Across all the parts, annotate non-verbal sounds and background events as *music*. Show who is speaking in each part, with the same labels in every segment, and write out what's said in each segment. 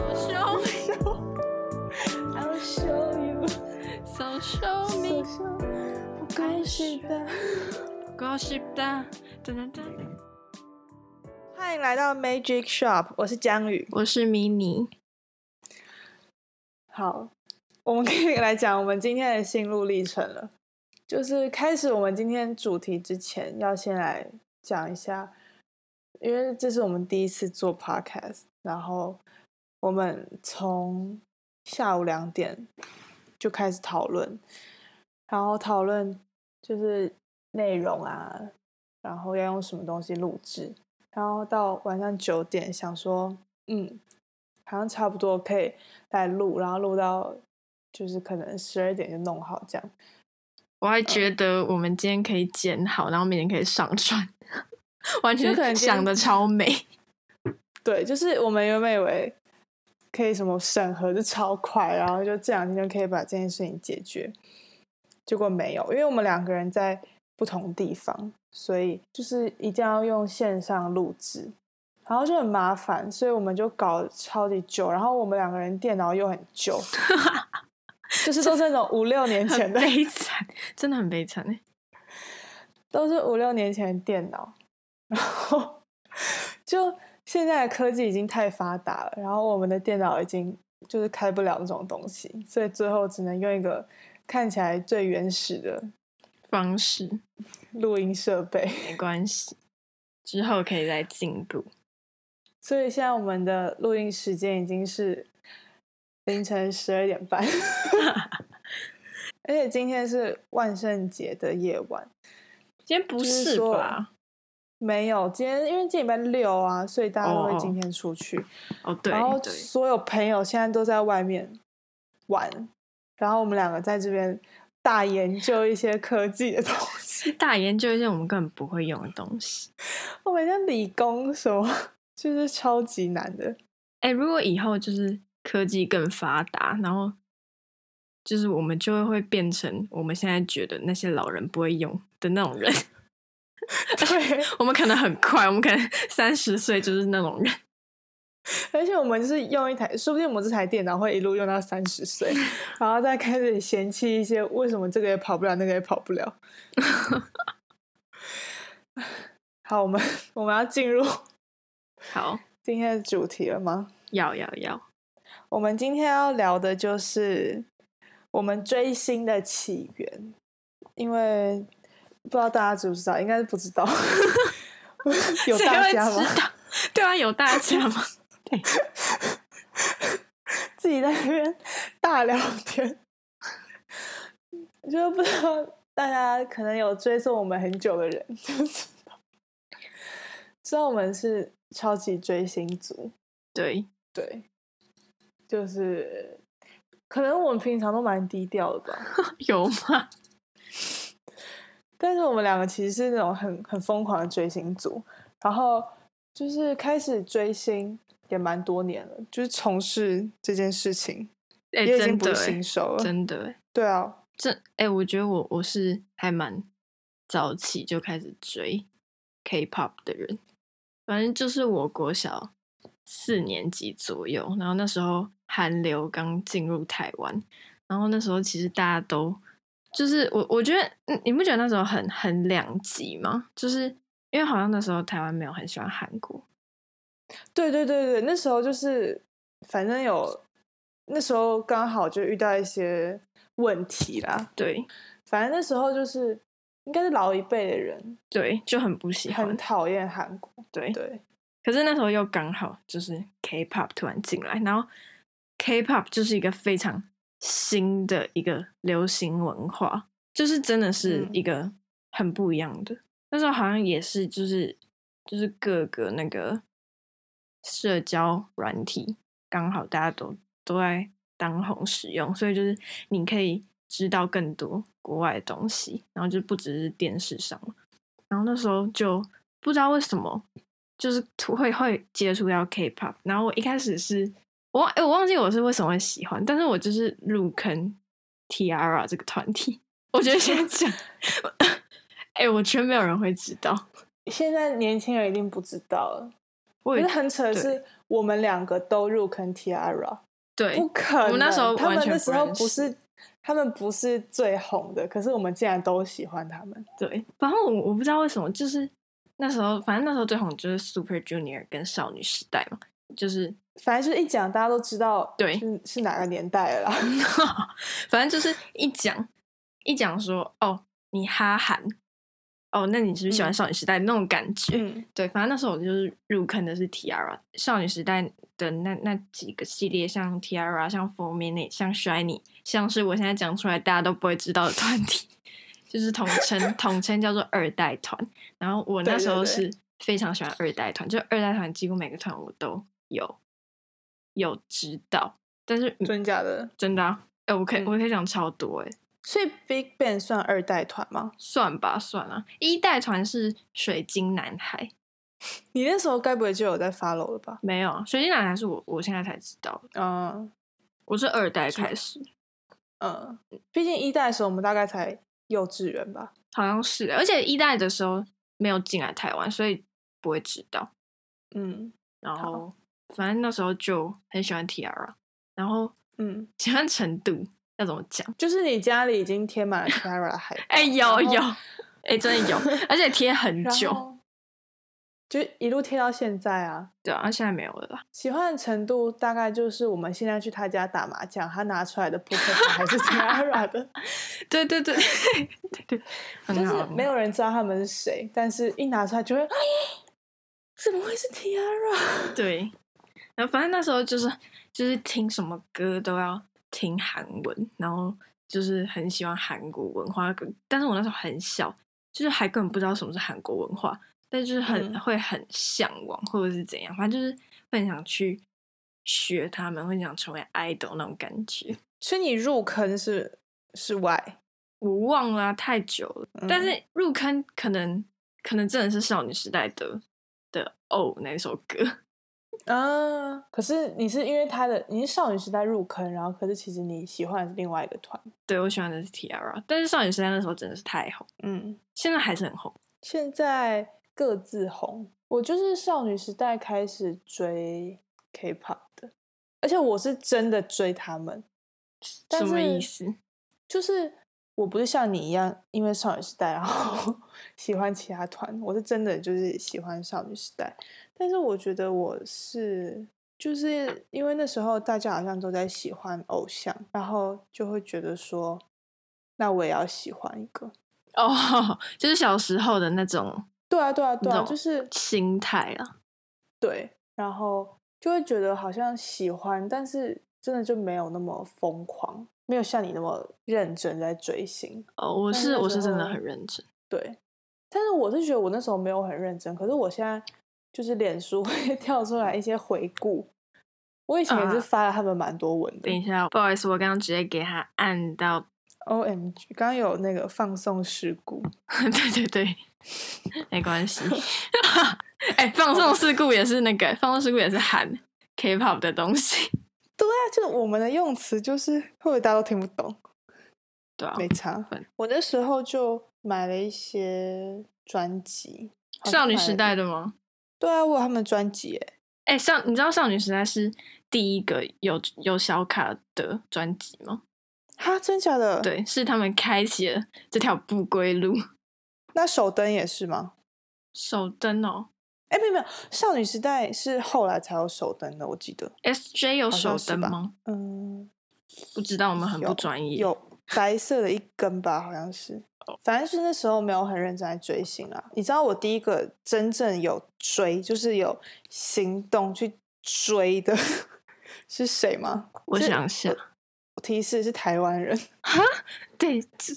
Speaker 1: show
Speaker 2: Oh,
Speaker 1: me，
Speaker 2: 不该是的。
Speaker 1: 恭喜哒，噔噔噔。
Speaker 2: 欢迎来到 Magic Shop，我是江宇。
Speaker 1: 我是迷你，
Speaker 2: 好，我们可以来讲我们今天的心路历程了。就是开始我们今天主题之前，要先来讲一下，因为这是我们第一次做 podcast，然后我们从下午两点就开始讨论，然后讨论就是内容啊，然后要用什么东西录制，然后到晚上九点想说，嗯，好像差不多可以来录，然后录到就是可能十二点就弄好这样。
Speaker 1: 我还觉得我们今天可以剪好，然后明天可以上传， *laughs* 完全
Speaker 2: 就可能今天
Speaker 1: 想的超美。
Speaker 2: 对，就是我们原本以为可以什么审核就超快，然后就这两天就可以把这件事情解决，结果没有，因为我们两个人在不同地方，所以就是一定要用线上录制，然后就很麻烦，所以我们就搞得超级久，然后我们两个人电脑又很旧，就是都是那种五六年前
Speaker 1: 很
Speaker 2: 的，
Speaker 1: 悲惨，真的很悲惨哎。
Speaker 2: 都是五六年前的电脑，然后就现在的科技已经太发达了，然后我们的电脑已经就是开不了这种东西，所以最后只能用一个看起来最原始的
Speaker 1: 方式
Speaker 2: 录音设备。
Speaker 1: 没关系，之后可以再进步。
Speaker 2: 所以现在我们的录音时间已经是凌晨十二点
Speaker 1: *laughs*
Speaker 2: 半，而且今天是万圣节的夜晚。
Speaker 1: 今天不
Speaker 2: 就是
Speaker 1: 是
Speaker 2: 说
Speaker 1: 吧？
Speaker 2: 没有，今天因为今天礼拜六啊，所以大家都
Speaker 1: 哦
Speaker 2: 会
Speaker 1: 哦
Speaker 2: 今天出去。
Speaker 1: 哦，对
Speaker 2: 然后
Speaker 1: 对，
Speaker 2: 所有朋友现在都在外面玩，然后我们两个在这边大研究一些科技的东西。 *laughs*
Speaker 1: 大研究一些我们根本不会用的东西。
Speaker 2: 我们像理工什么，就是超级难的。
Speaker 1: 哎、如果以后就是科技更发达，然后就是我们就会变成我们现在觉得那些老人不会用的那种人。 *laughs*
Speaker 2: 对，
Speaker 1: 我们可能很快，我们可能 *laughs* 三十岁就是那种人。
Speaker 2: 而且我们就是用一台，说不定我们这台电脑会一路用到三十岁，然后再开始嫌弃一些为什么这个也跑不了，那个也跑
Speaker 1: *laughs*
Speaker 2: 不了。好，我们我们要进入
Speaker 1: 好，
Speaker 2: 今天的主题了吗？
Speaker 1: 要要要，
Speaker 2: 我们今天要聊的就是我们追星的起源，因为不知道大家知不知道，应该是不知
Speaker 1: *laughs*
Speaker 2: 道，有
Speaker 1: 谁
Speaker 2: 大
Speaker 1: 会
Speaker 2: 家吗？
Speaker 1: 知道？ *laughs* 对啊，有大家吗？ *laughs*
Speaker 2: 自己在那边大聊天，就是不知道大家可能有追踪我们很久的人，就知道知道我们是超级追星族，
Speaker 1: 对，
Speaker 2: 对，就是可能我们平常都蛮低调的吧。
Speaker 1: 有
Speaker 2: *laughs*
Speaker 1: 吗？
Speaker 2: 但是我们两个其实是那种很很疯狂的追星族，然后就是开始追星也蛮多年了，就是从事这件事情、
Speaker 1: 哎、
Speaker 2: 也已经
Speaker 1: 真
Speaker 2: 不
Speaker 1: 的
Speaker 2: 是
Speaker 1: 欸、
Speaker 2: 新手了。
Speaker 1: 真的欸、
Speaker 2: 对啊，
Speaker 1: 这哎、我觉得我我是还蛮早起就开始追 K-pop 的人，反正就是我国小四年级左右，然后那时候韩流刚进入台湾，然后那时候其实大家都就是我我觉得嗯你不觉得那时候很很两极吗？就是因为好像那时候台湾没有很喜欢韩国，
Speaker 2: 对对对对，那时候就是反正有那时候刚好就遇到一些问题啦，
Speaker 1: 对
Speaker 2: 反正那时候就是应该是老一辈的人
Speaker 1: 对，就很不喜欢
Speaker 2: 很，讨厌韩国，
Speaker 1: 对
Speaker 2: 对
Speaker 1: 可是那时候又刚好就是 K-pop 突然进来，然后 K-pop 就是一个非常新的一个流行文化，就是真的是
Speaker 2: 嗯
Speaker 1: 一个很不一样的。那时候好像也是就是就是各个那个社交软体，刚好大家都都在当红使用，所以就是你可以知道更多国外的东西，然后就不只是电视上嘛然后那时候就不知道为什么，就是突会会接触到 K-pop。然后我一开始是我忘哎、我忘记我是为什么会喜欢，但是我就是入坑 Tiara 这个团体。我觉得先讲， *laughs* 哎、我觉得没有人会知道。
Speaker 2: 现在年轻人一定不知道了。
Speaker 1: 我
Speaker 2: 可
Speaker 1: 也
Speaker 2: 是很扯的
Speaker 1: 对
Speaker 2: 是，我们两个都入坑 Tiara，
Speaker 1: 对
Speaker 2: 不可能。
Speaker 1: 我们那时候
Speaker 2: 他
Speaker 1: 完
Speaker 2: 们
Speaker 1: 全
Speaker 2: 那
Speaker 1: 不
Speaker 2: 时候
Speaker 1: 认
Speaker 2: 不
Speaker 1: 识
Speaker 2: 是他们不是最红的，可是我们竟然都喜欢他们。
Speaker 1: 对，反正我我不知道为什么，就是那时候，反正那时候最红就是 Super Junior 跟少女时代嘛，就是 *laughs*
Speaker 2: 反正就是一讲，大家都知道
Speaker 1: 对
Speaker 2: 是是哪个年代了啦。
Speaker 1: 反正就是一讲一讲说哦，你哈韩，哦，那你是不是喜欢
Speaker 2: 嗯
Speaker 1: 少女时代、那种感觉？
Speaker 2: *laughs* 嗯，
Speaker 1: 对，反正那时候我就是入坑的是 Tiara 少女时代的那那几个系列，像 Tiara、像 Four Minute、像 Shiny，像是我现在讲出来大家都不会知道的团体，就是统称统称叫做二代团。然后我那
Speaker 2: 对
Speaker 1: 时
Speaker 2: 对
Speaker 1: 候
Speaker 2: 对
Speaker 1: 是非常喜欢二代团，就二代团几乎每个团我都有有知道，但是嗯
Speaker 2: 真假的。
Speaker 1: 真的、啊，哎、我可以、
Speaker 2: 嗯
Speaker 1: 我可以讲超多哎、
Speaker 2: 所以 Big Bang 算二代团吗？
Speaker 1: 算吧算啊，一代团是水晶男孩，
Speaker 2: 你那时候该不会就有在 follow 了吧？
Speaker 1: 没有啊水晶男孩是我我现在才知道的。
Speaker 2: 嗯
Speaker 1: 我是二代开始，
Speaker 2: 嗯，毕竟一代的时候我们大概才幼稚园吧。
Speaker 1: 好像是，而且一代的时候没有进来台湾，所以不会知道。
Speaker 2: 嗯
Speaker 1: 然
Speaker 2: 好
Speaker 1: 后反正那时候就很喜欢 Tiara，然后 *laughs*
Speaker 2: 嗯，
Speaker 1: 喜欢程度要怎么讲？
Speaker 2: 就是你家里已经贴满了 Tara 的海报，
Speaker 1: 哎、有
Speaker 2: 然后
Speaker 1: 有，哎、真 *laughs* 的有，而且贴很
Speaker 2: 然
Speaker 1: 久，
Speaker 2: 后就一路贴到现在啊。
Speaker 1: 对啊，现在没有了啦。
Speaker 2: 喜欢的程度大概就是我们现在去他家打麻将，他拿出来的扑克牌还是 Tara 的，
Speaker 1: 对 *laughs* 对对对对，
Speaker 2: 就
Speaker 1: 很
Speaker 2: 是
Speaker 1: 好，
Speaker 2: 没有人知道他们是谁，但是一拿出来就会，怎么会是 Tara？
Speaker 1: 对。然后反正那时候就是就是听什么歌都要听韩文，然后就是很喜欢韩国文化。但是我那时候很小，就是还根本不知道什么是韩国文化，但就是很、
Speaker 2: 嗯
Speaker 1: 会很向往，或者是怎样，反正就是会很想去学他们，会想成为 idol 那种感觉。
Speaker 2: *laughs* 所以你入坑是是 Y，
Speaker 1: 我忘了啊、太久了，但是入坑可能可能真的是少女时代的的哦那首歌。
Speaker 2: 啊，可是你是因为他的你是少女时代入坑，然后可是其实你喜欢的是另外一个团，
Speaker 1: 对我喜欢的是 Tiara，但是少女时代那时候真的是太红，
Speaker 2: 嗯，
Speaker 1: 现在还是很红。
Speaker 2: 现在各自红。我就是少女时代开始追 K-pop 的，而且我是真的追他们，但
Speaker 1: 什么
Speaker 2: 是
Speaker 1: 意思？
Speaker 2: 就是我不是像你一样，因为少女时代然后 *laughs* 喜欢其他团，我是真的就是喜欢少女时代。但是我觉得我是就是因为那时候大家好像都在喜欢偶像，然后就会觉得说，那我也要喜欢一个。
Speaker 1: *laughs* 哦， *laughs* 就是小时候的那种
Speaker 2: 对啊，对啊，对啊，
Speaker 1: 懂
Speaker 2: 就是
Speaker 1: 心态啊。
Speaker 2: 对，然后就会觉得好像喜欢，但是真的就没有那么疯狂，没有像你那么认真在追星。
Speaker 1: 哦，我
Speaker 2: 但
Speaker 1: 是
Speaker 2: 那
Speaker 1: 我
Speaker 2: 时
Speaker 1: 是真的
Speaker 2: 候
Speaker 1: 很认真。
Speaker 2: 对，但是我是觉得我那时候没有很认真，可是我现在就是脸书 *laughs* 会跳出来一些回顾，我以前也
Speaker 1: 啊
Speaker 2: 是发了他们蛮多文的。
Speaker 1: 等一下，不好意思，我刚刚直接给他按到， *laughs*
Speaker 2: O M G，刚刚有那个放送事故，
Speaker 1: 对对对，没关 *laughs* 系。哎、放送事故也是那个，放送事故也是喊 K-pop 的东西，
Speaker 2: 对啊，就我们的用词就是会不会大家都听不懂？
Speaker 1: 对啊。
Speaker 2: 没差
Speaker 1: 分，
Speaker 2: 我那时候就买了一些专辑，好像
Speaker 1: 少女
Speaker 2: 买
Speaker 1: 时
Speaker 2: 了
Speaker 1: 代的吗？
Speaker 2: 对啊，我有他们专辑耶，
Speaker 1: 哎、少你知道少女时代是第一个有有小卡的专辑吗？
Speaker 2: 哈，真假的？，
Speaker 1: 对，是他们开启了这条不归路。
Speaker 2: 那手灯也是吗？
Speaker 1: 手灯哦
Speaker 2: 哎，没有没有，少女时代是后来才有手灯的，我记得。
Speaker 1: ，SJ 有
Speaker 2: 好像
Speaker 1: 手
Speaker 2: 是
Speaker 1: 灯
Speaker 2: 吧
Speaker 1: 吗？
Speaker 2: 嗯，
Speaker 1: 不知道，我们很不
Speaker 2: 有
Speaker 1: 专业。
Speaker 2: 有白色的一根吧，好像是。反正是那时候没有很认真在追星啊。你知道我第一个真正有追，就是有行动去追的是谁吗？
Speaker 1: 我
Speaker 2: 是
Speaker 1: 想想，
Speaker 2: 提示是台湾人，
Speaker 1: 对，这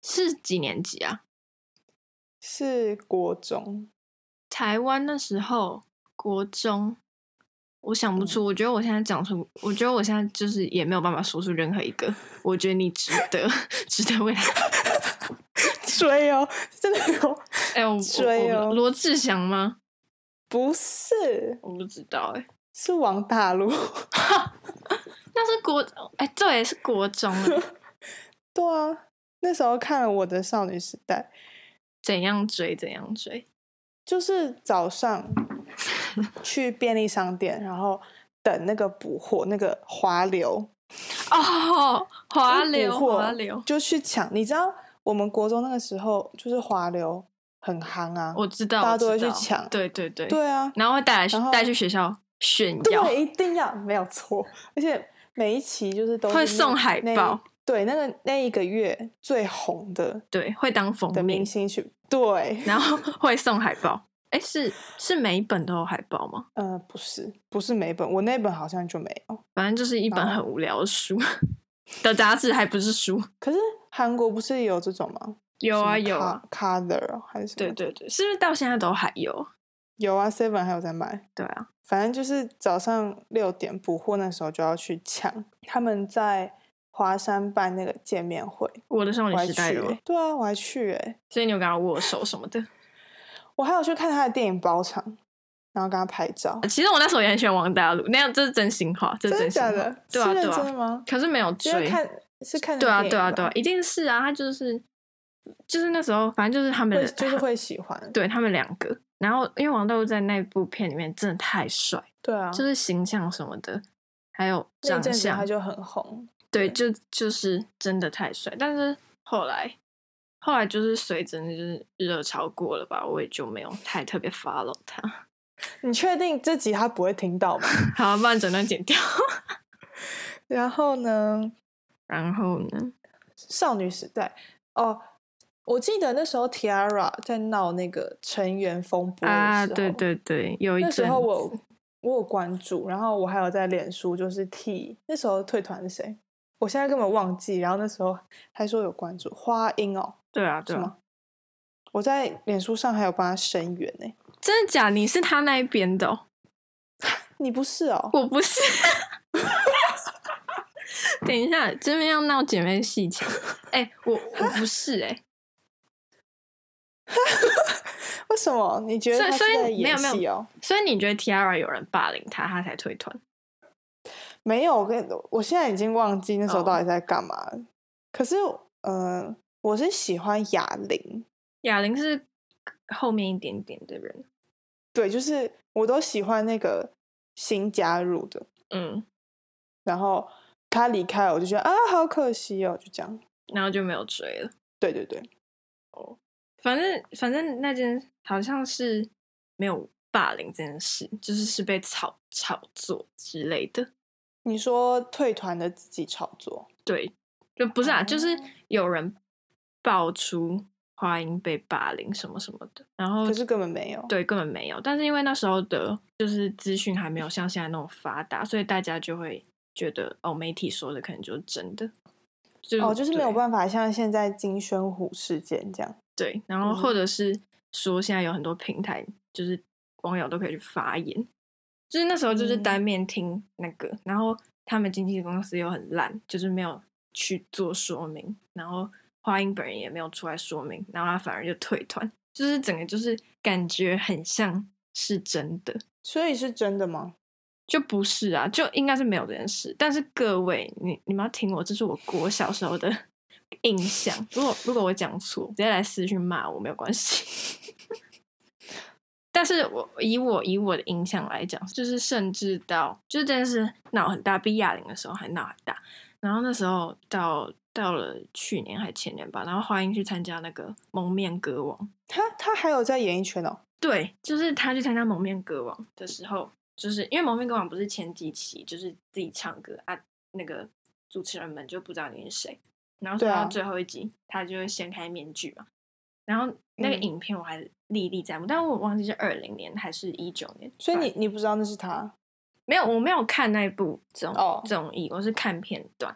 Speaker 1: 这是几年级啊？
Speaker 2: 是国中。
Speaker 1: 台湾那时候国中，我想
Speaker 2: 嗯
Speaker 1: 不出。我觉得我现在讲出，我觉得我现在就是也没有办法说出任何一个。我觉得你值得， *laughs* 值得为他。
Speaker 2: 追哦，真的有？
Speaker 1: 哎、我
Speaker 2: 追
Speaker 1: 我
Speaker 2: 哦
Speaker 1: 我罗志祥吗？
Speaker 2: 不是，
Speaker 1: 我不知道哎、
Speaker 2: 是王大陆。 *laughs*
Speaker 1: 那是国哎、这也是国中啊。
Speaker 2: *laughs* 对啊，那时候看了我的少女时代，
Speaker 1: 怎样追怎样
Speaker 2: *laughs*
Speaker 1: 追，
Speaker 2: 就是早上去便利商店，然后等那个补货那个滑流，
Speaker 1: 哦，滑
Speaker 2: 就是
Speaker 1: 流
Speaker 2: 捕获
Speaker 1: 滑流，
Speaker 2: 就去抢。你知道我们国中那个时候就是滑流很夯啊，
Speaker 1: 我知道，
Speaker 2: 大家
Speaker 1: 我
Speaker 2: 都
Speaker 1: 知
Speaker 2: 会去
Speaker 1: 道
Speaker 2: 抢
Speaker 1: 对对对，
Speaker 2: 对啊，
Speaker 1: 然后会带来
Speaker 2: 然后
Speaker 1: 带去学校炫耀，
Speaker 2: 对，一定要没有错，而且每一期就是都是
Speaker 1: 会
Speaker 2: 那
Speaker 1: 送海
Speaker 2: 那一
Speaker 1: 报，
Speaker 2: 对，那个那一个月最红的
Speaker 1: 对，会当封
Speaker 2: 的
Speaker 1: 面
Speaker 2: 明，星去，对，
Speaker 1: 然后会送海报。哎，是是每一本都有海报吗？
Speaker 2: 呃，不是，不是每本，我那本好像就没有。
Speaker 1: 反正就是一本
Speaker 2: 然后
Speaker 1: 很无聊的书的杂志，还不是书。
Speaker 2: 可是韩国不是也有这种吗？
Speaker 1: 有啊
Speaker 2: 什么嗯
Speaker 1: 有啊，
Speaker 2: Col-，Color 还是什么
Speaker 1: 对对对，是不是到现在都还有？
Speaker 2: 有啊，Seven 还有在卖。
Speaker 1: 对啊，
Speaker 2: 反正就是早上六点补货那时候就要去抢。他们在华山办那个见面会，
Speaker 1: 我的少
Speaker 2: 我
Speaker 1: 女
Speaker 2: 还
Speaker 1: 时
Speaker 2: 去、
Speaker 1: 代的吗
Speaker 2: 欸，对啊，我还去哎、
Speaker 1: 所以你有跟他握手什么的。
Speaker 2: 我还有去看他的电影包场，然后跟他拍照。
Speaker 1: 其实我那时候也很喜欢王大陆，那样这是真心哦话，这是
Speaker 2: 真的
Speaker 1: 真心
Speaker 2: 假
Speaker 1: 话。
Speaker 2: 的？
Speaker 1: 对啊
Speaker 2: 是
Speaker 1: 对
Speaker 2: 认真的
Speaker 1: 啊，
Speaker 2: 吗？
Speaker 1: 可是没有
Speaker 2: 就是
Speaker 1: 追。
Speaker 2: 看是看
Speaker 1: 对啊
Speaker 2: 电
Speaker 1: 对啊
Speaker 2: 影
Speaker 1: 对啊
Speaker 2: 吧，
Speaker 1: 一定是啊，他就是就是那时候，反正就是他们
Speaker 2: 会就是会喜欢。
Speaker 1: 对他们两个。然后因为王大陆在那部片里面真的太帅，
Speaker 2: 对啊，
Speaker 1: 就是形象什么的，还有
Speaker 2: 那一
Speaker 1: 长
Speaker 2: 阵子他
Speaker 1: 相，
Speaker 2: 就很红。
Speaker 1: 对，就就是真的太帅。但是后来后来就是随着就是热潮过了吧，我也就没有太特别 follow 他。 *laughs*
Speaker 2: 你确定这集他不会听到吗？ *laughs*
Speaker 1: 好，不然整段剪掉。 *laughs*
Speaker 2: 然后呢，
Speaker 1: 然后呢？
Speaker 2: 少女时代哦，我记得那时候 Tiara 在闹那个成员风波的
Speaker 1: 啊，
Speaker 2: 时候
Speaker 1: 对，对对，有一
Speaker 2: 哦那
Speaker 1: 阵
Speaker 2: 时候我
Speaker 1: 子
Speaker 2: 我有关注，然后我还有在脸书就是替那时候退团是谁，我现在根本忘记。然后那时候还说有关注花音哦，
Speaker 1: 对啊对
Speaker 2: 是
Speaker 1: 啊，
Speaker 2: 吗？我在脸书上还有帮他声援呢、
Speaker 1: 真的假的？你是他那一边的、哦，
Speaker 2: 你不是哦？
Speaker 1: 我不是。 *laughs* 等一下，这边要闹姐妹戏情。哎、我我不是哎、
Speaker 2: 为什么？你觉得
Speaker 1: 所以
Speaker 2: 他是
Speaker 1: 所以
Speaker 2: 在
Speaker 1: 没有
Speaker 2: 演
Speaker 1: 没有
Speaker 2: 戏哦？
Speaker 1: 所以你觉得 Tiara 有人霸凌他，他才退团？
Speaker 2: 没有，我跟我现在已经忘记那时候
Speaker 1: 哦
Speaker 2: 到底在干嘛了。可是，呃，我是喜欢哑铃，
Speaker 1: 哑铃是后面一点点的人，
Speaker 2: 对，就是我都喜欢那个新加入的。
Speaker 1: 嗯，
Speaker 2: 然后他离开了，我就觉得啊，好可惜哦，就这样。
Speaker 1: 然后就没有追了。
Speaker 2: 对对对，
Speaker 1: 反正反正那件好像是没有霸凌这件事，就是是被炒炒作之类的。
Speaker 2: 你说退团的自己炒作，
Speaker 1: 对，就不是啊，就是
Speaker 2: 哦
Speaker 1: 有人爆出花音被霸凌什么什么的，然后
Speaker 2: 可是根本没有。
Speaker 1: 哦对根本没有，但是因为那时候的就是资讯还没有像现在那种发达，所以大家就会觉得哦，媒体说的可能就是真的，就
Speaker 2: 哦，就是没有
Speaker 1: 对
Speaker 2: 办法像现在金宣虎事件这样。
Speaker 1: 对，然后或
Speaker 2: 嗯
Speaker 1: 者是说现在有很多平台，就是网友都可以去发言，就是那时候就是
Speaker 2: 嗯
Speaker 1: 单面听那个，然后他们经纪公司又很烂，就是没有去做说明，然后花音本人也没有出来说明，然后他反而就退团，就是整个就是感觉很像是真的，
Speaker 2: 所以是真的吗？
Speaker 1: 就不是啊，就应该是没有这件事。但是各位，你你们要听我，这是我国小时候的 *laughs* 印象。如果如果我讲错，直接来私讯骂我没有关系。 *laughs* 但是我以我以我的印象来讲，就是甚至到就是真的是闹很大，比哑铃的时候还闹很大。然后那时候到到了去年还前年吧，然后花英去参加那个蒙面歌王，
Speaker 2: 他他还有在演艺圈哦。
Speaker 1: 对，就是他去参加蒙面歌王的时候，就是因为蒙面歌王不是前几期就是自己唱歌啊，那个主持人们就不知道你是谁，然后所以
Speaker 2: 对啊
Speaker 1: 到最后一集，他就会掀开面具嘛。然后那个
Speaker 2: 嗯
Speaker 1: 影片我还历历在目，但我忘记是二零年还是一九年，
Speaker 2: 所以
Speaker 1: 反
Speaker 2: 你你不知道那是他，
Speaker 1: 没有，我没有看那一部综
Speaker 2: 哦
Speaker 1: 综艺，我是看片段。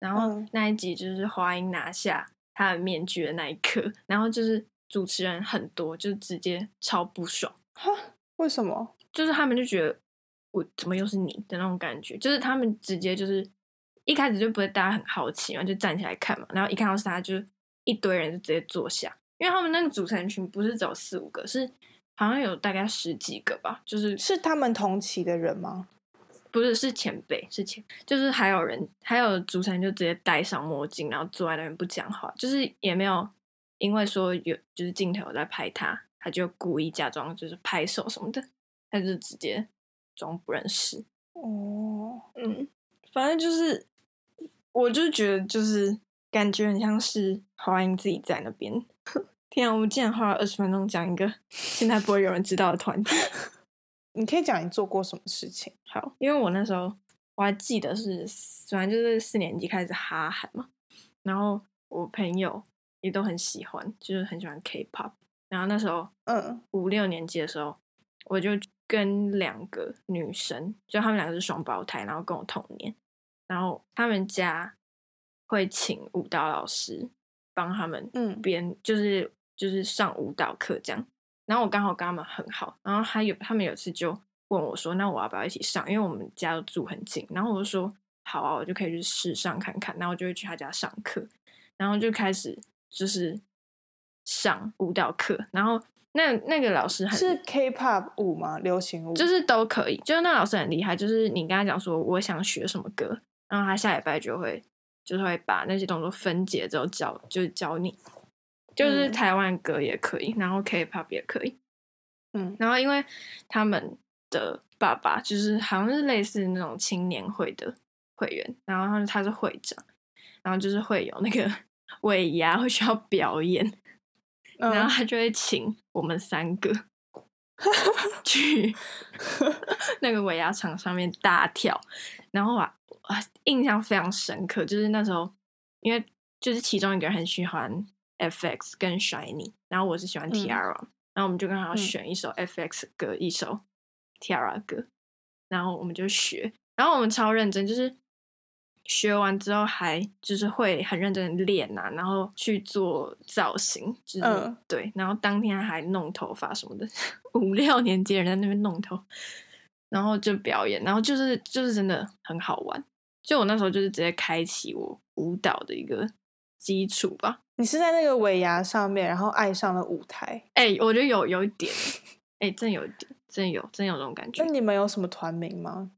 Speaker 1: 然后
Speaker 2: 嗯
Speaker 1: 那一集就是华英拿下他的面具的那一刻，然后就是主持人很多，就直接超不爽。
Speaker 2: 为什么？
Speaker 1: 就是他们就觉得我怎么又是你的那种感觉，就是他们直接就是一开始就不是大家很好奇嘛，就站起来看嘛，然后一看到是他，就是一堆人就直接坐下，因为他们那个组成群不是只有四五个，是好像有大概十几个吧，就是
Speaker 2: 是他们同期的人吗？
Speaker 1: 不是是前辈是前，就是还有人还有主持人就直接戴上墨镜，然后坐在那边不讲话，就是也没有因为说有就是镜头有在拍他，他就故意假装就是拍手什么的，他就直接装不认识。
Speaker 2: 哦，
Speaker 1: 嗯，反正就是我就觉得就是感觉很像是华英自己在那边。 *laughs* 天啊，我们竟然花了二十分钟讲一个现在不会有人知道的团体。
Speaker 2: 你可以讲你做过什么事情。
Speaker 1: 好，因为我那时候我还记得是，反正就是四年级开始哈韩嘛，然后我朋友也都很喜欢，就是很喜欢 K-pop。然后那时候
Speaker 2: 嗯
Speaker 1: 五六年级的时候，我就跟两个女生，就她们两个是双胞胎，然后跟我同年，然后他们家会请舞蹈老师帮他们
Speaker 2: 嗯
Speaker 1: 编，就是就是上舞蹈课这样。然后我刚好跟他们很好，然后还有他们有一次就问我说：“那我要不要一起上？”因为我们家都住很近，然后我就说：“好啊，我就可以去试上看看。”然后我就会去他家上课，然后就开始就是上舞蹈课。然后那那个老师很
Speaker 2: 是 K-pop 舞吗？流行舞？
Speaker 1: 就是都可以。就是那老师很厉害，就是你跟他讲说我想学什么歌，然后他下礼拜就会就是会把那些动作分解之后教，就是教你。就是
Speaker 2: 嗯
Speaker 1: 台湾歌也可以，然后 K-pop 也可以。
Speaker 2: 嗯
Speaker 1: 然后因为他们的爸爸就是好像是类似那种青年会的会员，然后他他是会长，然后就是会有那个 *laughs* 尾牙会需要表演，然后
Speaker 2: 嗯，
Speaker 1: 他就会请我们三
Speaker 2: *laughs*
Speaker 1: 个去那个尾牙场上面大跳，然后啊，啊印象非常深刻，就是那时候因为就是其中一个人很喜欢 FX 跟 Shiny，然后我是喜欢
Speaker 2: 嗯
Speaker 1: Tiara，、然后我们就刚好
Speaker 2: 嗯
Speaker 1: 选一首 FX 的歌，一首 Tiara 的歌，然后我们就学，然后我们超认真，就是学完之后还就是会很认真地练啊，然后去做造型，就是、
Speaker 2: 嗯
Speaker 1: 对，然后当天还弄头发什么的， *laughs* 五六年级人在那边弄头，然后就表演，然后就是就是真的很好玩，就我那时候就是直接开启我舞蹈的一个基础吧，
Speaker 2: 你是在那个尾牙上面，然后爱上了舞台。
Speaker 1: 哎、我觉得有有一点，哎、真有一点，真有真有这种感觉
Speaker 2: 那。你们有什么团名吗？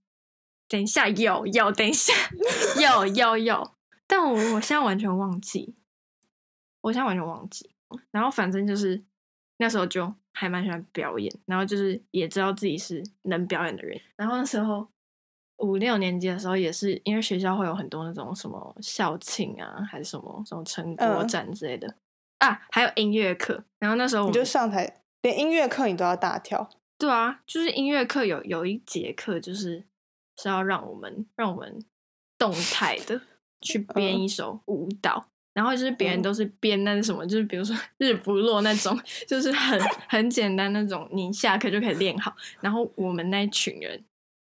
Speaker 1: 等一下，有有，等一下， *laughs* 有有有，但我我现在完全忘记，我现在完全忘记。然后反正就是那时候就还蛮喜欢表演，然后就是也知道自己是能表演的人。然后那时候五六年级的时候，也是因为学校会有很多那种什么校庆啊，还是什么什么成果
Speaker 2: 嗯
Speaker 1: 展之类的、啊，还有音乐课。然后那时候我
Speaker 2: 你
Speaker 1: 们
Speaker 2: 就上台，连音乐课你都要大跳。
Speaker 1: 对啊，就是音乐课有有一节课，就是是要让我们让我们动态
Speaker 2: *laughs*
Speaker 1: 的去编
Speaker 2: 嗯
Speaker 1: 一首舞蹈，然后就是别人
Speaker 2: 嗯
Speaker 1: 都是编那是什么，就是比如说 *laughs* 日不落那种， *laughs* 就是很很简单那种，你下课就可以练好。然后我们那一群人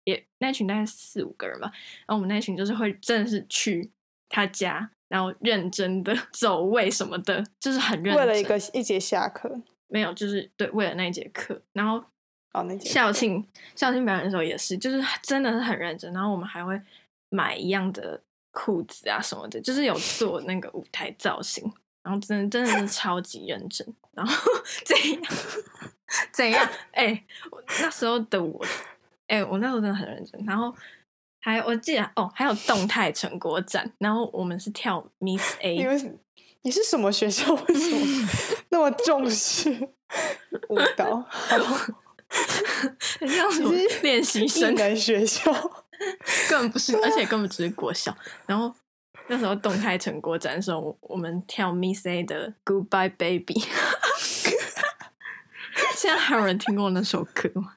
Speaker 1: 也那一群大概四五个人吧，然后我们那一群就是会真的是去他家，然后认真的 *laughs* 走位什么的，就是很认真。
Speaker 2: 为了一个一节下课，
Speaker 1: 没有，就是对为了那一节课，然后
Speaker 2: 哦，那节
Speaker 1: 校
Speaker 2: 课
Speaker 1: 庆校庆表演的时候也是，就是真的是很认真。然后我们还会买一样的裤子啊什么的，就是有做那个舞台造型，然后真的真的是超级认真。然后 *laughs* 怎样怎样？哎、我那时候的我，哎、我那时候真的很认真。然后还有我记得哦，还有动态成果展，然后我们是跳 Miss *laughs*
Speaker 2: 你
Speaker 1: A，
Speaker 2: 们你是什么学校？为什
Speaker 1: *laughs*
Speaker 2: 么那么重视舞蹈？好
Speaker 1: 很像什么
Speaker 2: 你是
Speaker 1: 练习生
Speaker 2: 艺能学校， *laughs*
Speaker 1: 根本不是，而且根本只是国小。然后那时候动态成果展的时候，我我们跳 Miss A 的 Goodbye Baby。现在还有人听过那首歌吗？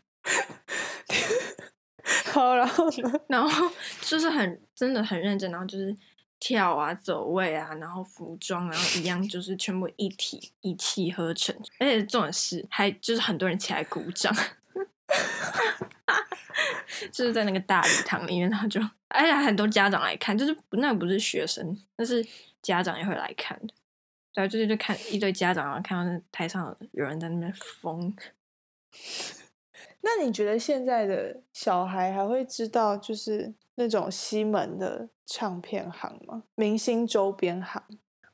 Speaker 2: 好，然后呢？
Speaker 1: 然后 *laughs* 就是很真的很认真，然后就是跳啊、走位啊，然后服装，然后一样就是全部一体一气呵成，而且重点是还就是很多人起来鼓掌， *laughs* 就是在那个大礼堂里面，然后就而且很多家长来看，就是不那不是学生，那是家长也会来看的。对啊，就是就看一堆家长，然后看到那台上有人在那边疯，
Speaker 2: 那你觉得现在的小孩还会知道就是那种西门的唱片行吗？明星周边行？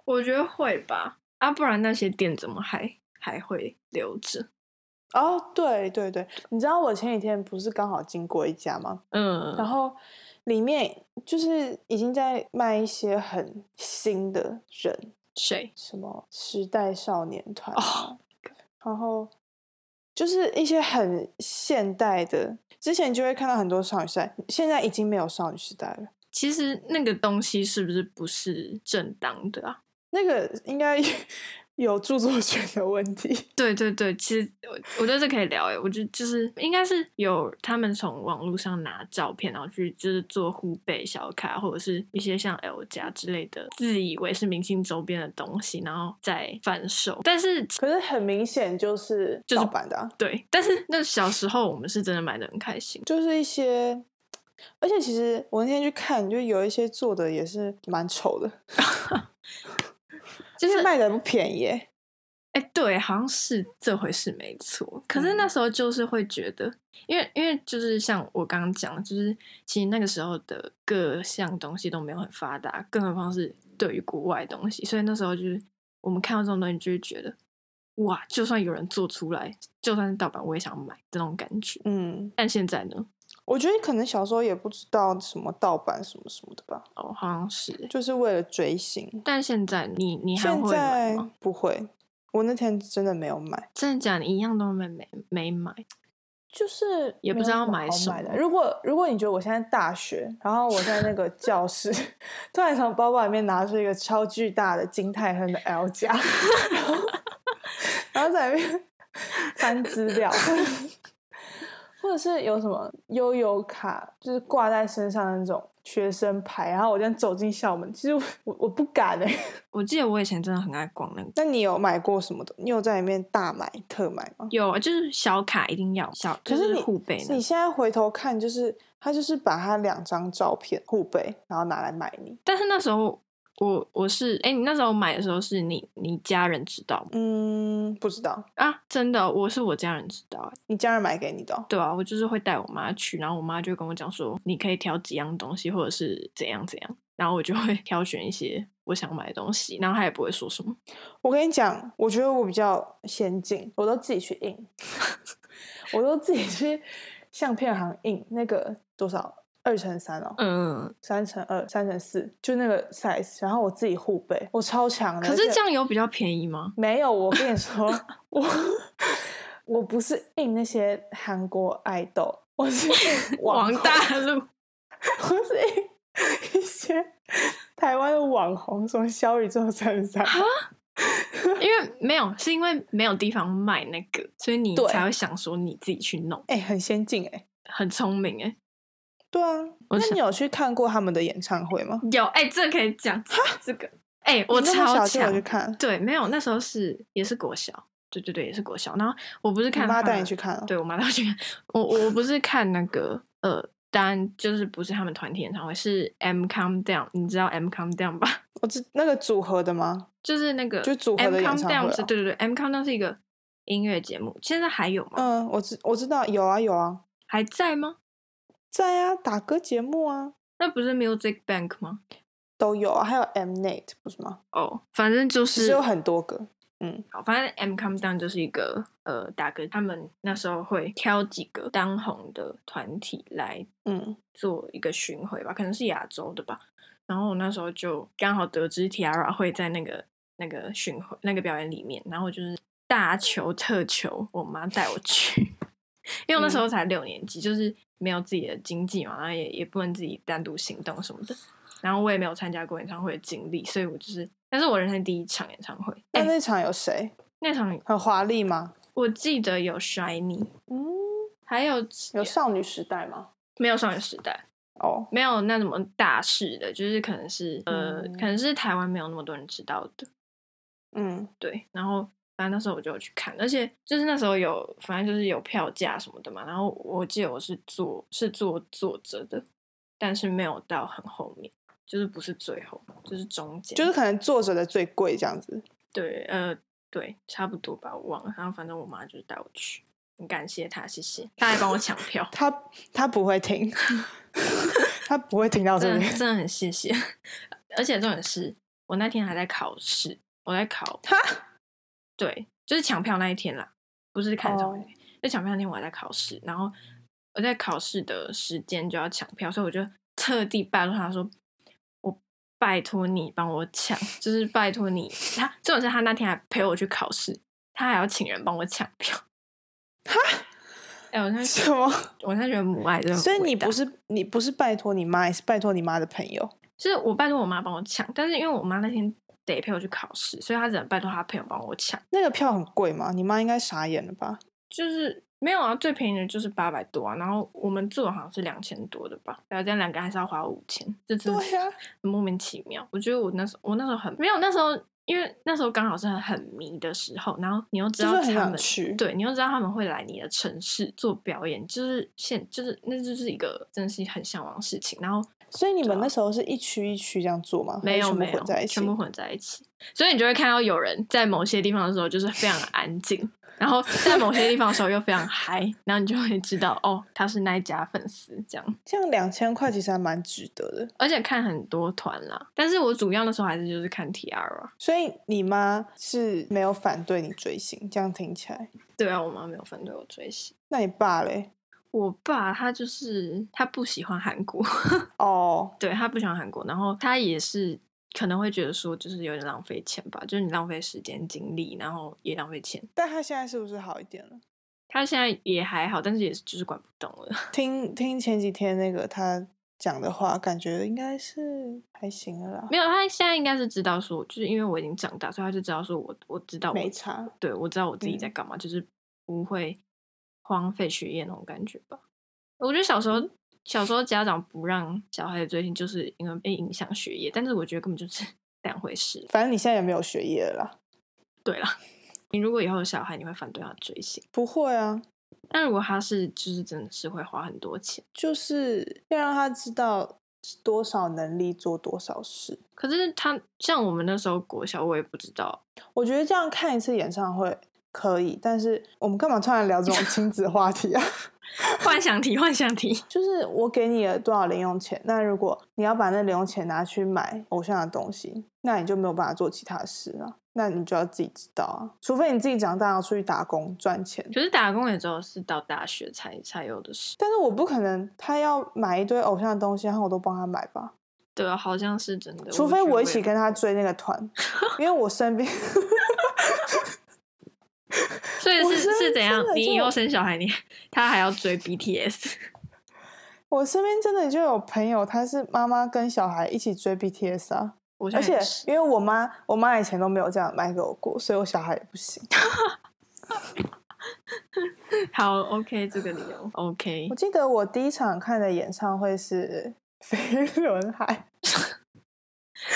Speaker 1: 我觉得会吧，啊，不然那些店怎么还还会留着？
Speaker 2: 哦，对对对，你知道我前几天不是刚好经过一家吗？
Speaker 1: 嗯，
Speaker 2: 然后里面就是已经在卖一些很新的人，
Speaker 1: 谁？
Speaker 2: 什么时代少年团
Speaker 1: 哦
Speaker 2: 啊然后就是一些很现代的。之前就会看到很多少女时代，现在已经没有少女时代了。
Speaker 1: 其实那个东西是不是不是正当的啊？
Speaker 2: 那个应该 *laughs* 有著作权的问题。
Speaker 1: 对对对，其实我我觉得这可以聊欸诶，我觉得就是应该是有他们从网络上拿照片，然后去就是做互背小卡或者是一些像 L 加之类的，自以为是明星周边的东西，然后再贩售。但是
Speaker 2: 可是很明显就是
Speaker 1: 就是
Speaker 2: 盗版的、啊，
Speaker 1: 对，但是那小时候我们是真的买的很开心，
Speaker 2: 就是一些，而且其实我那天去看，就有一些做的也是蛮丑的，
Speaker 1: 就
Speaker 2: 就是是卖的不便宜耶。
Speaker 1: 哎、对，好像是这回事没错。可
Speaker 2: 嗯
Speaker 1: 是那时候就是会觉得，因为因为就是像我刚刚讲的，就是其实那个时候的各项东西都没有很发达，更何况是对于国外的东西，所以那时候就是我们看到这种东西就会觉得，哇，就算有人做出来，就算是盗版，我也想买这种感觉。
Speaker 2: 嗯，
Speaker 1: 但现在呢？
Speaker 2: 我觉得可能小时候也不知道什么盗版什么什么的吧，
Speaker 1: 哦，好像是欸。
Speaker 2: 就是为了追星。
Speaker 1: 但现在你你还
Speaker 2: 现
Speaker 1: 会买
Speaker 2: 在
Speaker 1: 吗？
Speaker 2: 不会，我那天真的没有买。
Speaker 1: 真的假的？你一样都没没没买？
Speaker 2: 就是
Speaker 1: 也
Speaker 2: 没
Speaker 1: 不知
Speaker 2: 有
Speaker 1: 道
Speaker 2: 什么
Speaker 1: 买
Speaker 2: 好
Speaker 1: 什
Speaker 2: 的。
Speaker 1: 么
Speaker 2: 如果如果你觉得我现在大学，然后我在那 *laughs* 个教室，突然从包包里面拿出一个超巨大的金泰亨的 L 夹，然后然后在那 *laughs* 边翻资料， *laughs* 或者是有什么悠游卡，就是挂在身上的那种学生牌，然后我这样走进校门，其实我我我不敢哎、
Speaker 1: 我记得我以前真的很爱逛那个。
Speaker 2: 那你有买过什么的？你有在里面大买特买吗？
Speaker 1: 有啊，就是小卡一定要小，
Speaker 2: 可
Speaker 1: 就是
Speaker 2: 你
Speaker 1: 护背
Speaker 2: 你
Speaker 1: 呢。
Speaker 2: 现在回头看，就是他就是把他两张照片互背，然后拿来买你。
Speaker 1: 但是那时候我我是哎、你那时候买的时候是你你家人知道吗？
Speaker 2: 嗯，不知道
Speaker 1: 啊，真的，我是我家人知道、欸，
Speaker 2: 你家人买给你的哦、
Speaker 1: 对啊，我就是会带我妈去，然后我妈就会跟我讲说，你可以挑几样东西，或者是怎样怎样，然后我就会 *laughs* 挑选一些我想买的东西，然后她也不会说什么。
Speaker 2: 我跟你讲，我觉得我比较先进，我都自己去印， *laughs* 我都自己去相片行印那个多少二乘三哦，
Speaker 1: 嗯，
Speaker 2: 三乘二、三乘四，就那个 size，然后我自己互背，我超强的。
Speaker 1: 可
Speaker 2: 而
Speaker 1: 是
Speaker 2: 且
Speaker 1: 酱油比较便宜吗？
Speaker 2: 没有，我跟你说，我我不是印那些韩国爱豆，我是印网
Speaker 1: 王
Speaker 2: 红，
Speaker 1: 大陆，
Speaker 2: 我是印一些台湾的网红，什么小宇宙三三，
Speaker 1: *laughs* 因为没有，是因为没有地方卖那个，所以你
Speaker 2: 对
Speaker 1: 才会想说你自己去弄，
Speaker 2: 哎、很先进哎、
Speaker 1: 很聪明哎、
Speaker 2: 对啊，
Speaker 1: 我
Speaker 2: 那
Speaker 1: 想
Speaker 2: 你有去看过他们的演唱会吗？
Speaker 1: 有哎、这可以讲这个哎、我
Speaker 2: 你那么
Speaker 1: 超
Speaker 2: 小就有去
Speaker 1: 强
Speaker 2: 看，
Speaker 1: 对，没有那时候是也是国小，对对对，也是国小。然后我不是
Speaker 2: 你
Speaker 1: 看
Speaker 2: 妈
Speaker 1: 他
Speaker 2: 带你
Speaker 1: 们
Speaker 2: 去，看哦了、
Speaker 1: 对我妈带我去看，我我不是看那个呃，当然就是不是他们团体演唱会，是 M Come Down，你知道 M Come Down 吧？ *laughs*
Speaker 2: 我知那个组合的吗？
Speaker 1: 就是那个
Speaker 2: 就组合
Speaker 1: M
Speaker 2: 的演
Speaker 1: Come
Speaker 2: 唱会
Speaker 1: Down 是
Speaker 2: 啊
Speaker 1: 对对对，M Come Down 是一个音乐节目，现在还有吗？
Speaker 2: 嗯，我知我知道有啊有啊，
Speaker 1: 还在吗？
Speaker 2: 在啊打歌节目啊
Speaker 1: 那不是 Music Bank 吗？
Speaker 2: 都有啊，还有 Mnet 不是吗？
Speaker 1: 哦，反正就
Speaker 2: 其
Speaker 1: 是
Speaker 2: 实有很多个，
Speaker 1: 好，反正 M Come Down 就是一个呃，大哥他们那时候会挑几个当红的团体来
Speaker 2: 嗯。
Speaker 1: 做一个巡回吧，可能是亚洲的吧。然后我那时候就刚好得知 Tiara 会在那个那个巡回那个表演里面，然后我就是大求特求我妈带我去， *laughs* 因为我那时候才六年级，就是没有自己的经济嘛，然后也也不能自己单独行动什么的。然后我也没有参加过演唱会的经历，所以我就是，那是我人生第一场演唱会。哎、
Speaker 2: 那那场有谁？
Speaker 1: 那场
Speaker 2: 很华丽吗？
Speaker 1: 我记得有 Shiny，
Speaker 2: 嗯，
Speaker 1: 还有
Speaker 2: 有少女时代吗？
Speaker 1: 没有少女时代，
Speaker 2: 哦，
Speaker 1: 没有那什么大事的，就是可能是呃，
Speaker 2: 嗯
Speaker 1: 可能是台湾没有那么多人知道的，
Speaker 2: 嗯，
Speaker 1: 对。然后反正那时候我就有去看，而且就是那时候有，反正就是有票价什么的嘛。然后我记得我是坐是坐坐着的，但是没有到很后面，就是不是最后，就是中间，
Speaker 2: 就是可能作者的最贵这样子。
Speaker 1: 对，呃，对，差不多吧，我忘了。然后反正我妈就是带我去，很感谢她，谢谢，她还帮我抢票。
Speaker 2: 他他不会
Speaker 1: *laughs*
Speaker 2: 听，他不会听到哦这
Speaker 1: 真
Speaker 2: 里
Speaker 1: 的。真的很谢谢。 *laughs* 而且重点是我那天还在考试，我在考，
Speaker 2: 哈，
Speaker 1: 对，就是抢票那一天啦，不是看场
Speaker 2: 哦
Speaker 1: 那天，就抢票那天我还在考试，然后我在考试的时间就要抢票，所以我就特地拜托他说。我拜托你帮我抢，就是拜托你。他重点是他那天还陪我去考试，他还要请人帮我抢票。哎、我现在
Speaker 2: 什么？
Speaker 1: 我现在觉得母爱真的很
Speaker 2: 所以你
Speaker 1: 伟大
Speaker 2: 不是你不是拜托你妈，也是拜托你妈的朋友。
Speaker 1: 就是我拜托我妈帮我抢，但是因为我妈那天得陪我去考试，所以她只能拜托她朋友帮我抢。
Speaker 2: 那个票很贵吗？你妈应该傻眼了吧？
Speaker 1: 就是没有啊，最便宜的就是八百多啊，然后我们住的好像是两千多的吧，然后这样两个还是要花五千，这真的
Speaker 2: 对啊
Speaker 1: 是
Speaker 2: 呀、
Speaker 1: 很莫名其妙。我觉得我那时候我那时候很没有，那时候因为那时候刚好是很很迷的时候，然后你又知
Speaker 2: 就
Speaker 1: 道
Speaker 2: 是很
Speaker 1: 他
Speaker 2: 想
Speaker 1: 们。
Speaker 2: 去。
Speaker 1: 对，你又知道他们会来你的城市做表演，就是现就是那就是一个真的是很向往的事情。然后
Speaker 2: 所以你们那时候是一区一区这样做吗？
Speaker 1: 啊没
Speaker 2: 还
Speaker 1: 有
Speaker 2: 是全部
Speaker 1: 没有
Speaker 2: 混在一起
Speaker 1: 全。部混在一起，所以你就会看到有人在某些地方的时候就是非常安静，然后在某些地方的时候又非常嗨，然后你就会知道哦，他是那一家粉丝这样。
Speaker 2: 这样两千块其实还蛮值得的。
Speaker 1: 而且看很多团啦，但是我主要的时候还是就是看啊 Tiara。
Speaker 2: 所以你妈是没有反对你追星，这样听起来。
Speaker 1: 对啊，我妈没有反对我追星。
Speaker 2: 那你爸嘞？
Speaker 1: 我爸他就是他不喜欢韩国，
Speaker 2: 哦，
Speaker 1: 对他不喜欢韩国，然后他也是可能会觉得说就是有点浪费钱吧，就是你浪费时间精力，然后也浪费钱。
Speaker 2: 但他现在是不是好一点了？
Speaker 1: 他现在也还好，但是也是就是管不动了。
Speaker 2: 听听前几天那个他讲的话，感觉应该是还行了啦，
Speaker 1: 没有，他现在应该是知道说，就是因为我已经长大，所以他就知道说我我知道我
Speaker 2: 没差。
Speaker 1: 对我知道我自己在干嘛，就是不会荒废学业那种感觉吧。我觉得小时候小时候家长不让小孩追星，就是因为被影响学业，但是我觉得根本就是 *laughs* 两回事。
Speaker 2: 反正你现在也没有学业了啦，
Speaker 1: 对了，你如果以后有小孩，你会反对他追星，
Speaker 2: 不会啊，
Speaker 1: 但如果他是就是真的是会花很多钱，
Speaker 2: 就是要让他知道多少能力做多少事。
Speaker 1: 可是他像我们那时候国小，我也不知道
Speaker 2: 我觉得这样看一次演唱会可以，但是我们干嘛突然聊这种亲子话题啊？
Speaker 1: 幻想题幻想题， *laughs*
Speaker 2: 就是我给你了多少零用钱，那如果你要把那零用钱拿去买偶像的东西，那你就没有办法做其他事了。那你就要自己知道啊，除非你自己长大要出去打工赚钱。
Speaker 1: 可是打工也只有是到大学才才有的事。
Speaker 2: 但是我不可能，他要买一堆偶像的东西，然后我都帮他买吧，
Speaker 1: 对啊，好像是真的。
Speaker 2: 除非
Speaker 1: 觉得
Speaker 2: 我
Speaker 1: 我
Speaker 2: 一起
Speaker 1: 也
Speaker 2: 跟他追那个团，因为我身边
Speaker 1: 所以
Speaker 2: 我
Speaker 1: 是
Speaker 2: 身
Speaker 1: 是
Speaker 2: 边
Speaker 1: 怎
Speaker 2: 真
Speaker 1: 样
Speaker 2: 的？
Speaker 1: 你
Speaker 2: 就
Speaker 1: 以
Speaker 2: 有
Speaker 1: 后生小孩，你他还要追 BTS，
Speaker 2: 我身边真的就有朋友，他是妈妈跟小孩一起追 BTS 啊，
Speaker 1: *laughs* 我现
Speaker 2: 而
Speaker 1: 在也
Speaker 2: 且
Speaker 1: 是
Speaker 2: 因为我妈，我妈以前都没有这样买给我过，所以我小孩也不行。
Speaker 1: 好 OK 这个理由 OK
Speaker 2: 我记得我第一场看的演唱会是飞轮海，
Speaker 1: *laughs*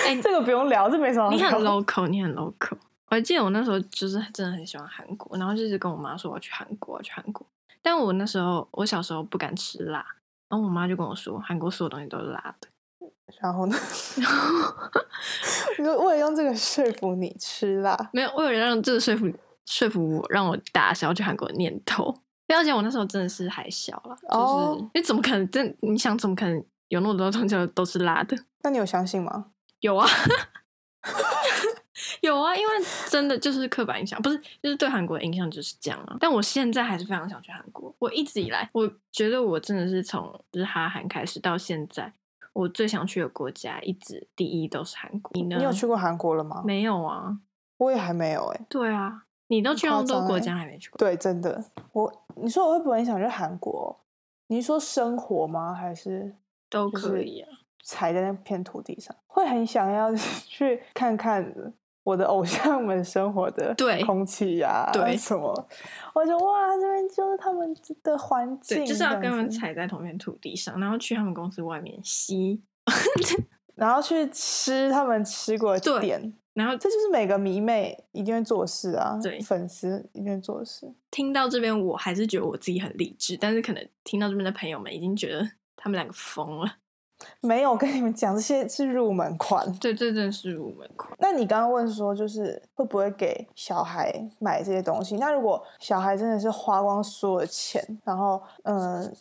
Speaker 1: 哎、
Speaker 2: *laughs* 这个不用聊，这没 *laughs* 什么好
Speaker 1: 你很
Speaker 2: 聊。
Speaker 1: local，你很 local。我还记得我那时候就是真的很喜欢韩国，然后就是跟我妈说我要去韩国，我要去韩国。但我那时候我小时候不敢吃辣，然后我妈就跟我说韩国所有东西都是辣的。
Speaker 2: 然
Speaker 1: *laughs*
Speaker 2: 后呢，你说为了用这个说服你吃辣，
Speaker 1: 没有，为了让这个说服说服我，让我打消去韩国的念头。对而且我那时候真的是还小了，就是、
Speaker 2: 哦
Speaker 1: 因为怎么可能真？你想怎么可能有那么多东西都是辣的？
Speaker 2: 那你有相信吗？
Speaker 1: 有啊， *laughs* 有啊，因为真的就是刻板印象，不是就是对韩国的印象就是这样啊。但我现在还是非常想去韩国。我一直以来，我觉得我真的是从就是哈韩开始到现在，我最想去的国家一直第一都是韩国。你呢？
Speaker 2: 你有去过韩国了吗？
Speaker 1: 嗯没有啊？
Speaker 2: 我也还没有哎、
Speaker 1: 对啊，你都去那么多国家还没去过，
Speaker 2: 对，真的，我你说我会不会很想去韩国？你是说生活吗？还是
Speaker 1: 都
Speaker 2: 就是
Speaker 1: 可以啊。
Speaker 2: 踩在那片土地上，会很想要就是 *laughs* 去看看我的偶像们生活的
Speaker 1: 对
Speaker 2: 空气呀、
Speaker 1: 对
Speaker 2: 什么，我觉得哇，这边就是他们的环境，
Speaker 1: 对，就是要
Speaker 2: 这样
Speaker 1: 跟他们
Speaker 2: 子，
Speaker 1: 踩在同片土地上，然后去他们公司外面吸，
Speaker 2: 然后去吃他们吃过的
Speaker 1: 对
Speaker 2: 点，
Speaker 1: 然后
Speaker 2: 这就是每个迷妹一定会做的事啊，
Speaker 1: 对
Speaker 2: 粉丝一定会做的事。
Speaker 1: 听到这边，我还是觉得我自己很理智，但是可能听到这边的朋友们已经觉得他们两个疯了。 *laughs*
Speaker 2: 没有我跟你们讲，这些是入门款。
Speaker 1: 对，这真的是入门款。
Speaker 2: 那你刚刚问说，就是会不会给小孩买这些东西？那如果小孩真的是花光所有的钱，然后嗯、呃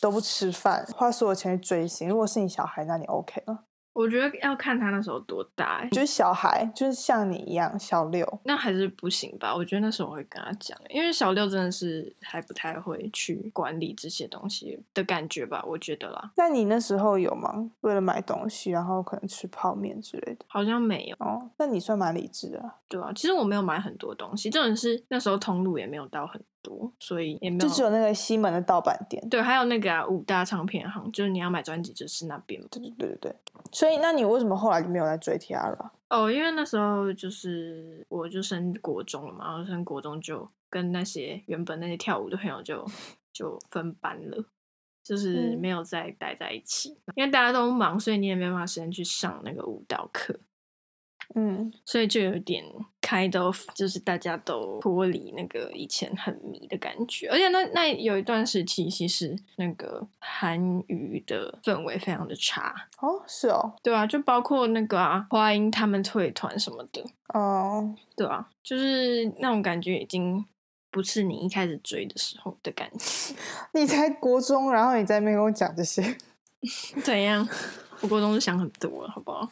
Speaker 2: 都不吃饭，花所有钱去追星，如果是你小孩，那你 OK 吗？
Speaker 1: 我觉得要看他那时候多大、欸，
Speaker 2: 就是小孩，就是像你一样小六，
Speaker 1: 那还是不行吧？我觉得那时候我会跟他讲，因为小六真的是还不太会去管理这些东西的感觉吧，我觉得啦，
Speaker 2: 那你那时候有吗？为了买东西，然后可能吃泡面之类的。
Speaker 1: 好像没有。
Speaker 2: 哦，那你算蛮理智的啊、
Speaker 1: 对啊，其实我没有买很多东西，重点是那时候通路也没有到很多，所以也没
Speaker 2: 就
Speaker 1: 有
Speaker 2: 只有那个西门的盗版店。
Speaker 1: 对，还有那个啊五大唱片行，就是你要买专辑就是那边嘛。
Speaker 2: 对对对对对。所以，那你为什么后来就没有再追 Tiara？
Speaker 1: 哦，因为那时候就是我就升国中了嘛，然后升国中就跟那些原本那些跳舞的朋友就就分班了，就是
Speaker 2: 嗯
Speaker 1: 没有再待在一起，因为大家都忙，所以你也没办法时间去上那个舞蹈课，
Speaker 2: 嗯，
Speaker 1: 所以就有点 kind of 就是大家都脱离那个以前很迷的感觉，而且那那有一段时期，其实那个韩娱的氛围非常的差，
Speaker 2: 哦，是哦，
Speaker 1: 对啊，就包括那个啊花音他们退团什么的。
Speaker 2: 哦，
Speaker 1: 对啊，就是那种感觉已经不是你一开始追的时候的感觉。 *laughs*
Speaker 2: 你才国中，然后你在那边跟我讲这些，
Speaker 1: 怎样？我国中就想很多了，好不好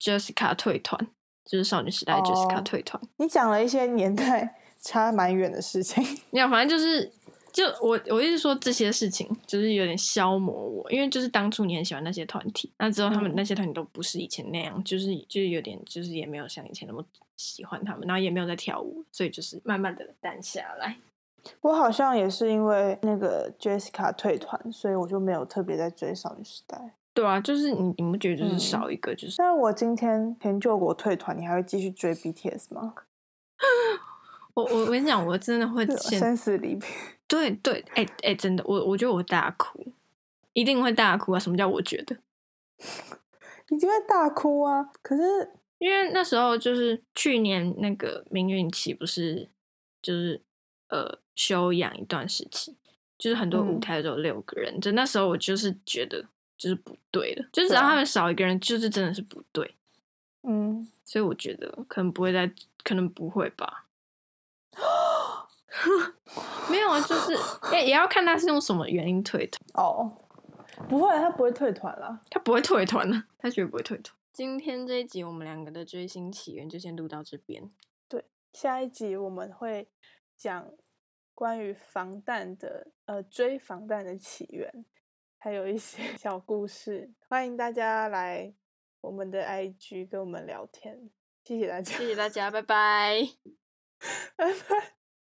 Speaker 1: ？Jessica 退团，就是少女时代
Speaker 2: 哦
Speaker 1: Jessica 退团。
Speaker 2: 你讲了一些年代差蛮远的事情。 *laughs*
Speaker 1: 你看，反正就是，就我我一直说这些事情，就是有点消磨我，因为就是当初你很喜欢那些团体，那之后他们
Speaker 2: 嗯
Speaker 1: 那些团体都不是以前那样，就是就是有点就是也没有像以前那么喜欢他们，然后也没有在跳舞，所以就是慢慢的淡下来。
Speaker 2: 我好像也是因为那个 Jessica 退团，所以我就没有特别在追少女时代。
Speaker 1: 对啊，就是你你不觉得就是
Speaker 2: 嗯
Speaker 1: 少一个就是。
Speaker 2: 但是我今天田救国退团，你还会继续追 BTS 吗？
Speaker 1: 我我我跟你讲，我真的会现
Speaker 2: 生死离别。
Speaker 1: 对对，哎、哎、真的，我我觉得我会大哭，一定会大哭啊！什么叫我觉得？
Speaker 2: 一定会大哭啊！可是，
Speaker 1: 因为那时候就是去年那个命运期，不是就是呃休养一段时期，就是很多舞
Speaker 2: 嗯
Speaker 1: 台都有六个人，就那时候我就是觉得就是不对的，就只要
Speaker 2: 对啊
Speaker 1: 他们少一个人，就是真的是不对，
Speaker 2: 嗯，
Speaker 1: 所以我觉得可能不会再，可能不会吧。 *laughs* 没有啊，就是也也要看他是用什么原因退团。
Speaker 2: 哦，不会，他不会退团啦。
Speaker 1: 他不会退团的，他绝对不会退团。今天这一集我们两个的追星起源就先录到这边。
Speaker 2: 下一集我们会讲关于防弹的，呃，追防弹的起源，还有一些 *laughs* 小故事，欢迎大家来我们的 IG 跟我们聊天，谢谢大家，
Speaker 1: 谢谢大家，拜拜。
Speaker 2: 拜拜。